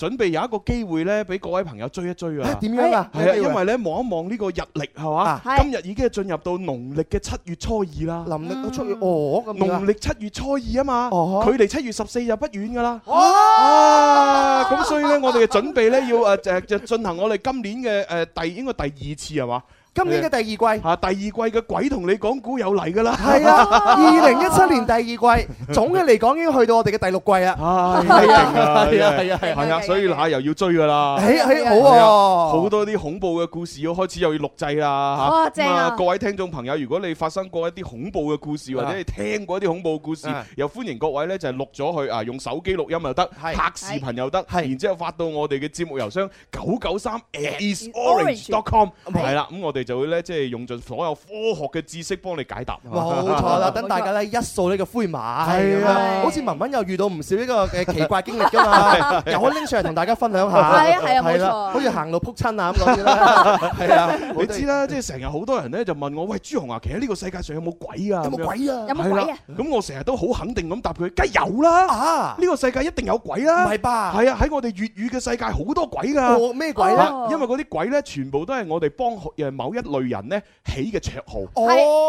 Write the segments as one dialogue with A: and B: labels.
A: 準備有一個機會咧，俾各位朋友追一追啊！
B: 點樣啊？
A: 係啊，因為咧望一望呢個日曆係嘛
B: 啊，
C: 係
A: 今日已經係進入到農曆嘅七月初二啦。
B: 林力都出去哦咁
A: 農
B: 樣。
A: 曆七月初二啊嘛，
B: 哦
A: 距離七月十四日不遠噶啦。
B: 哦
A: 啊，咁所以咧，我哋嘅準備咧要誒誒就進行我哋今年嘅誒第應該第二次係嘛？
B: 今年嘅第二季。
A: 嚇第二季嘅鬼同你講股又嚟噶啦。
B: 係啊，二零一七年第二季，總嘅嚟講已經去到我哋嘅第六季啦。
A: 唉，勁啊！
B: 係啊
A: 真係
B: 係啊係
C: 啊
A: 係啊，所以嗱又要追噶啦。
B: 誒誒好
A: 係
B: 喎，
A: 啊
B: 哦
A: 好多啲恐怖嘅故事要開始又要錄製啦嚇
C: 哇正
A: 咁
C: 啊
A: 各位聽眾朋友，如果你發生過一啲恐怖嘅故事，或者你聽過一啲恐怖嘅故事
B: 啊，
A: 又歡迎各位呢就係錄咗佢啊，用手機錄音又得，
B: 係
A: 拍視頻又得，
B: 係
A: 然之後發到我哋嘅節目郵箱九九三 isorange.com
C: isorange.com
A: 係啦，咁我哋就會呢，即係用盡所有科學嘅知識幫你解答。
B: 冇錯啦，等大家咧一掃呢個灰馬，
A: 係
C: 啊
B: 好似文文又遇到唔少呢個嘅奇怪經歷㗎嘛，又可以拎上嚟同大家分享下。
C: 係啊係啊冇錯
B: 啦好似行路撲親啊咁嗰啲啦，係啊，
A: 你知啦，即係成日好多人呢就問我，喂朱紅啊，其實呢個世界上有冇鬼啊？
B: 有冇鬼啊？
C: 有冇鬼啊？
A: 咁我成日都好肯定咁答佢，梗係有啦，
B: 啊，
A: 呢個世界一定有鬼
B: 唔
A: 啦。
B: 係吧？
A: 係啊，喺我哋粵語嘅世界好多鬼㗎。
B: 我咩鬼咧？
C: 哦
A: 因為嗰啲鬼呢，全部都係我哋幫誒某一類人呢起嘅綽號。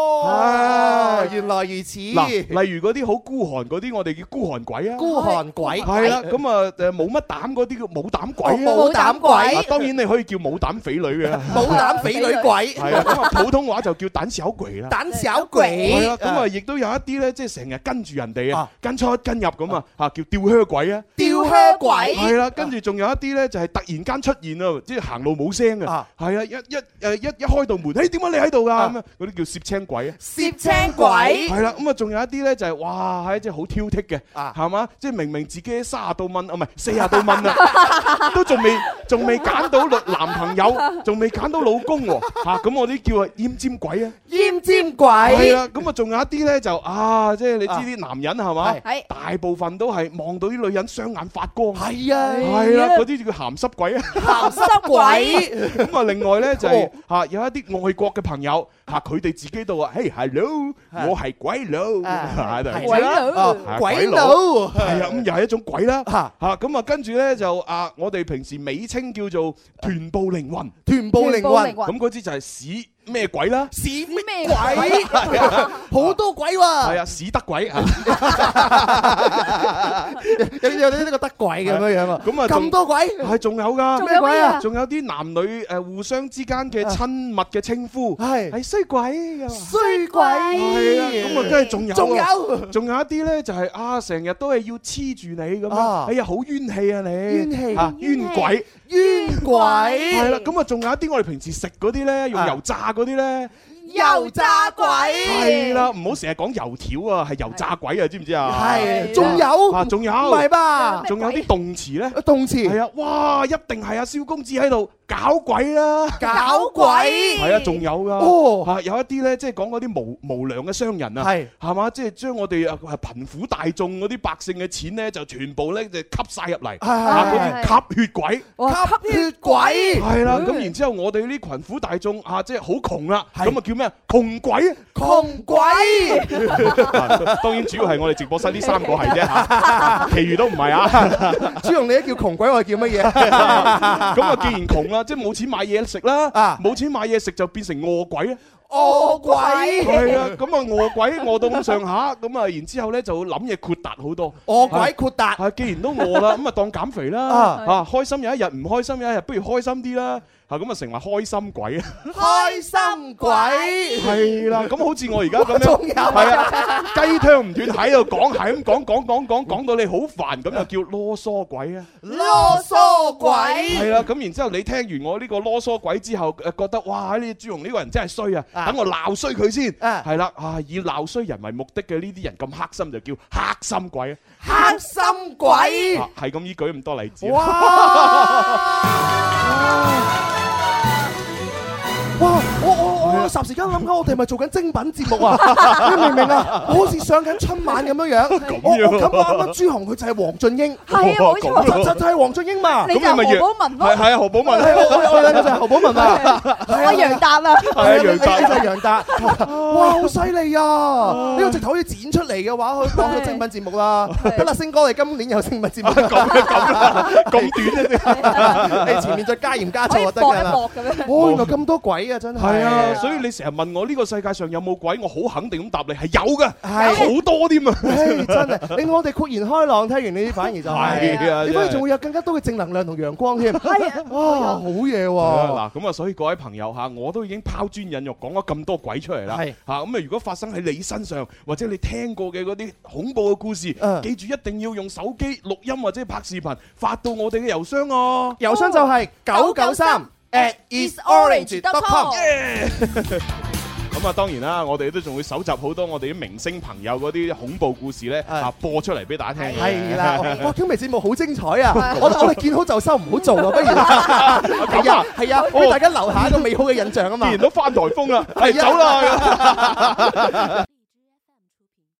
B: 哦，原來如此。
A: 嗱，例如嗰啲好孤寒嗰啲，我哋叫孤寒鬼啊。
B: 孤寒鬼
A: 係啦，咁啊誒冇乜膽嗰啲叫冇膽鬼啊。
B: 冇膽鬼
A: 啊，當然你可以叫冇膽匪 女嘅，
B: 冇膽匪女鬼，
A: 係啊，咁啊普通話就叫膽小鬼啦。
B: 膽小鬼。
A: 係啦，咁啊，亦都有一啲咧，即係成日跟住人哋啊
B: 啊，
A: 跟出跟入咁啊，嚇叫吊靴鬼啊，
B: 吊靴鬼
A: 係啦，跟住仲有一啲咧，就係突然間出現啊，即係行路冇聲嘅，係
B: 啊
A: 啊，一一誒一一開道門，誒點解你喺度㗎？咁啊，嗰啲叫攝青鬼啊。
B: 攝青鬼
A: 係啦，咁啊，仲有一啲咧就係哇，係即係好挑剔嘅，
B: 啊
A: 係嘛？即係明明自己卅度蚊啊，唔係四十度 蚊啊，都仲未仲未揀到男朋友，仲未揀到老公喎，嚇咁我啲叫啊奄尖鬼啊，
B: 奄尖
A: 係
B: 鬼，
A: 啦，咁啊仲有一啲咧就啊，即係你知啲男人係嘛
B: 係，
C: 係
A: 大部分都係望到啲女人雙眼發光，
B: 係啊，
A: 係啦，嗰啲叫鹹濕鬼啊。
B: 鹹濕鬼，
A: 咁啊，另外咧就係
B: 哦
A: 嚇有一啲外國嘅朋友嚇，佢哋自己度啊，嘿，hello，
B: 係
A: 我係鬼佬
B: 啊
A: 喺度
B: 係
C: 鬼
A: 係 啊
C: 佬
B: 啊鬼佬，
A: 係啊，咁又係一種鬼啦
B: 嚇
A: 嚇。咁啊，跟住咧就啊，我哋平時美稱叫做臀部靈魂，
B: 臀部靈魂，
A: 咁嗰啲就係屎咩鬼啦，
B: 屎
C: 啲咩鬼？
B: 鬼，好多鬼
A: 係
B: 喎，
A: 啊，屎得鬼啊，
B: 有有啲呢個得鬼咁樣樣啊，
A: 咁啊仲
B: 咁多鬼，
A: 係仲有㗎
C: 仲。
B: 咩
C: 有
B: 鬼
C: 咩
B: 啊
C: 啊？
A: 仲有啲男女誒互相之間嘅親密嘅稱呼，
B: 係
A: 係衰鬼咁啊
B: 衰鬼，
A: 係啊，咁啊，跟住仲有
B: 仲
A: 喎
B: 有
A: 仲有一啲咧，就係啊，成日都係要黐住你咁樣
B: 啊，
A: 哎呀，好冤氣啊你，
B: 冤氣
A: 啊冤鬼，
B: 冤
A: 係啦，
B: 鬼，
A: 咁啊，仲有一啲我哋平時食嗰啲咧，用
B: 啊
A: 油炸嗰啲咧，
B: 油炸鬼，
A: 係啦，唔好成日講油條啊，係油炸鬼啊，知唔知
B: Ờ.
A: 啊？
B: 係，仲有，
A: 啊，仲有，
B: 唔係吧？
A: 仲有啲動詞咧，
B: 動詞
A: 係啊，哇，一定係阿蕭公子喺度搞鬼啦，
B: 搞鬼，
A: 係啊，仲有噶，
B: 哦
A: 嚇有一啲咧，即係講嗰啲無無良嘅商人啊，
B: 係
A: 係嘛，即係將我哋啊貧苦大眾嗰啲百姓嘅錢咧，就全部咧就吸晒入嚟，
B: 係
A: 啊
B: 係
A: 嗰啲吸血鬼。
C: 哇
B: 吸血鬼，
A: 係啦，咁然之後我哋呢啲貧苦大眾啊，即係好窮啦，
B: 係
A: 咁啊叫咩啊？窮鬼啊！
B: 窮鬼，
A: 啊當然主要係我哋直播室呢三個 係啫嚇，其餘都唔係啊。
B: 朱容你都叫窮鬼，我係叫乜嘢？
A: 咁啊，既然窮啦，即係冇錢買嘢 食啦
B: 啊，
A: 冇錢買嘢食就變成餓鬼啊。
B: 餓鬼，
A: 係啊，咁啊餓鬼餓到咁上下，咁啊然之後咧就諗嘢豁達好多。
B: 餓鬼豁達，
A: 係，既然都餓啦，咁啊當減肥啦。
B: 啊
A: 嚇，開心有一日，唔開心有一日，不如開心啲啦。嚇，咁啊成為開心鬼啊。
B: 開心鬼，
A: 係啦，咁好似我而家咁樣
B: 仲。有
A: 係啊，雞湯唔斷喺度講，係咁講講講講講到你好煩，咁又叫囉嗦鬼啊！
B: 囉嗦
A: 係
B: 鬼，
A: 啦，咁然之後你聽完我呢個囉嗦鬼之後，誒覺得哇，呢朱紅呢個人真係衰啊！
B: 啊
A: 等我鬧衰佢先，
B: 啊
A: 係啦，啊以鬧衰人為目的嘅呢啲人咁黑心就叫黑心鬼啊！
B: 黑心鬼，
A: 啊係咁依舉咁多例子啊。
B: 哇！哇！我我我 oh, 霎時間諗緊，我哋咪做緊精品節 目啊！你明唔明啊？好似上緊春晚咁樣樣。我我
A: 樣啊
B: 咁我啱啱朱紅佢就係黃俊 英，
A: 係啊冇錯
B: 就就就係黃俊英嘛。
A: 咁 你咪
D: 何
A: 楊
D: 寶文咯
A: 係係啊，何寶文
B: 係我我我兩個就係何寶文啊。
D: 我楊達 啊，
A: 係啊楊達
B: 就係楊 達，哇，好犀利啊！呢個直頭可以剪出嚟嘅話，佢講到精品節目啦。咁啦，星哥，你今年有精品節目啦，
A: 咁短
B: 你前面再加鹽加
D: 可以
B: 醋就得
D: 搏
B: 㗎
D: 一
B: 啦。
D: 搏咁樣。
B: 哦，原來咁多鬼啊，真係。
A: 係啊，所以你成日問我呢個世界上有冇鬼，我好肯定咁答你係有嘅，
B: 係
A: 好多添啊！
B: 唉，真係令到我哋豁然開朗。聽完呢啲，反而就係，
A: 係啊
B: 你反
A: 真係
B: 而仲會有更加多嘅正能量同陽光添。係啊，哇，好嘢喎！
A: 嗱，咁啊，所以各位朋友嚇，我都已經拋磚引玉講咗咁多鬼出嚟啦。
B: 係
A: 嚇，咁啊，如果發生喺你身上，或者你聽過嘅嗰啲恐怖嘅故事
B: 嗯，
A: 記住一定要用手機錄音或者拍視頻發到我哋嘅郵箱哦。
B: 郵箱就係九九三 at isorange.com。
A: 咁啊，當然啦，我哋都仲會搜集好多我哋啲明星朋友嗰啲恐怖故事咧，
B: 係
A: 啊播出嚟俾大家聽嘅。
B: 係啦，哇！今期節目好精彩啊！我我哋見好就收，唔好做啊！不如係啊，係啊，俾大家留下一個美好嘅印象啊嘛
A: 既然。都翻颱風啦，係
B: 係啊
A: 走 啦。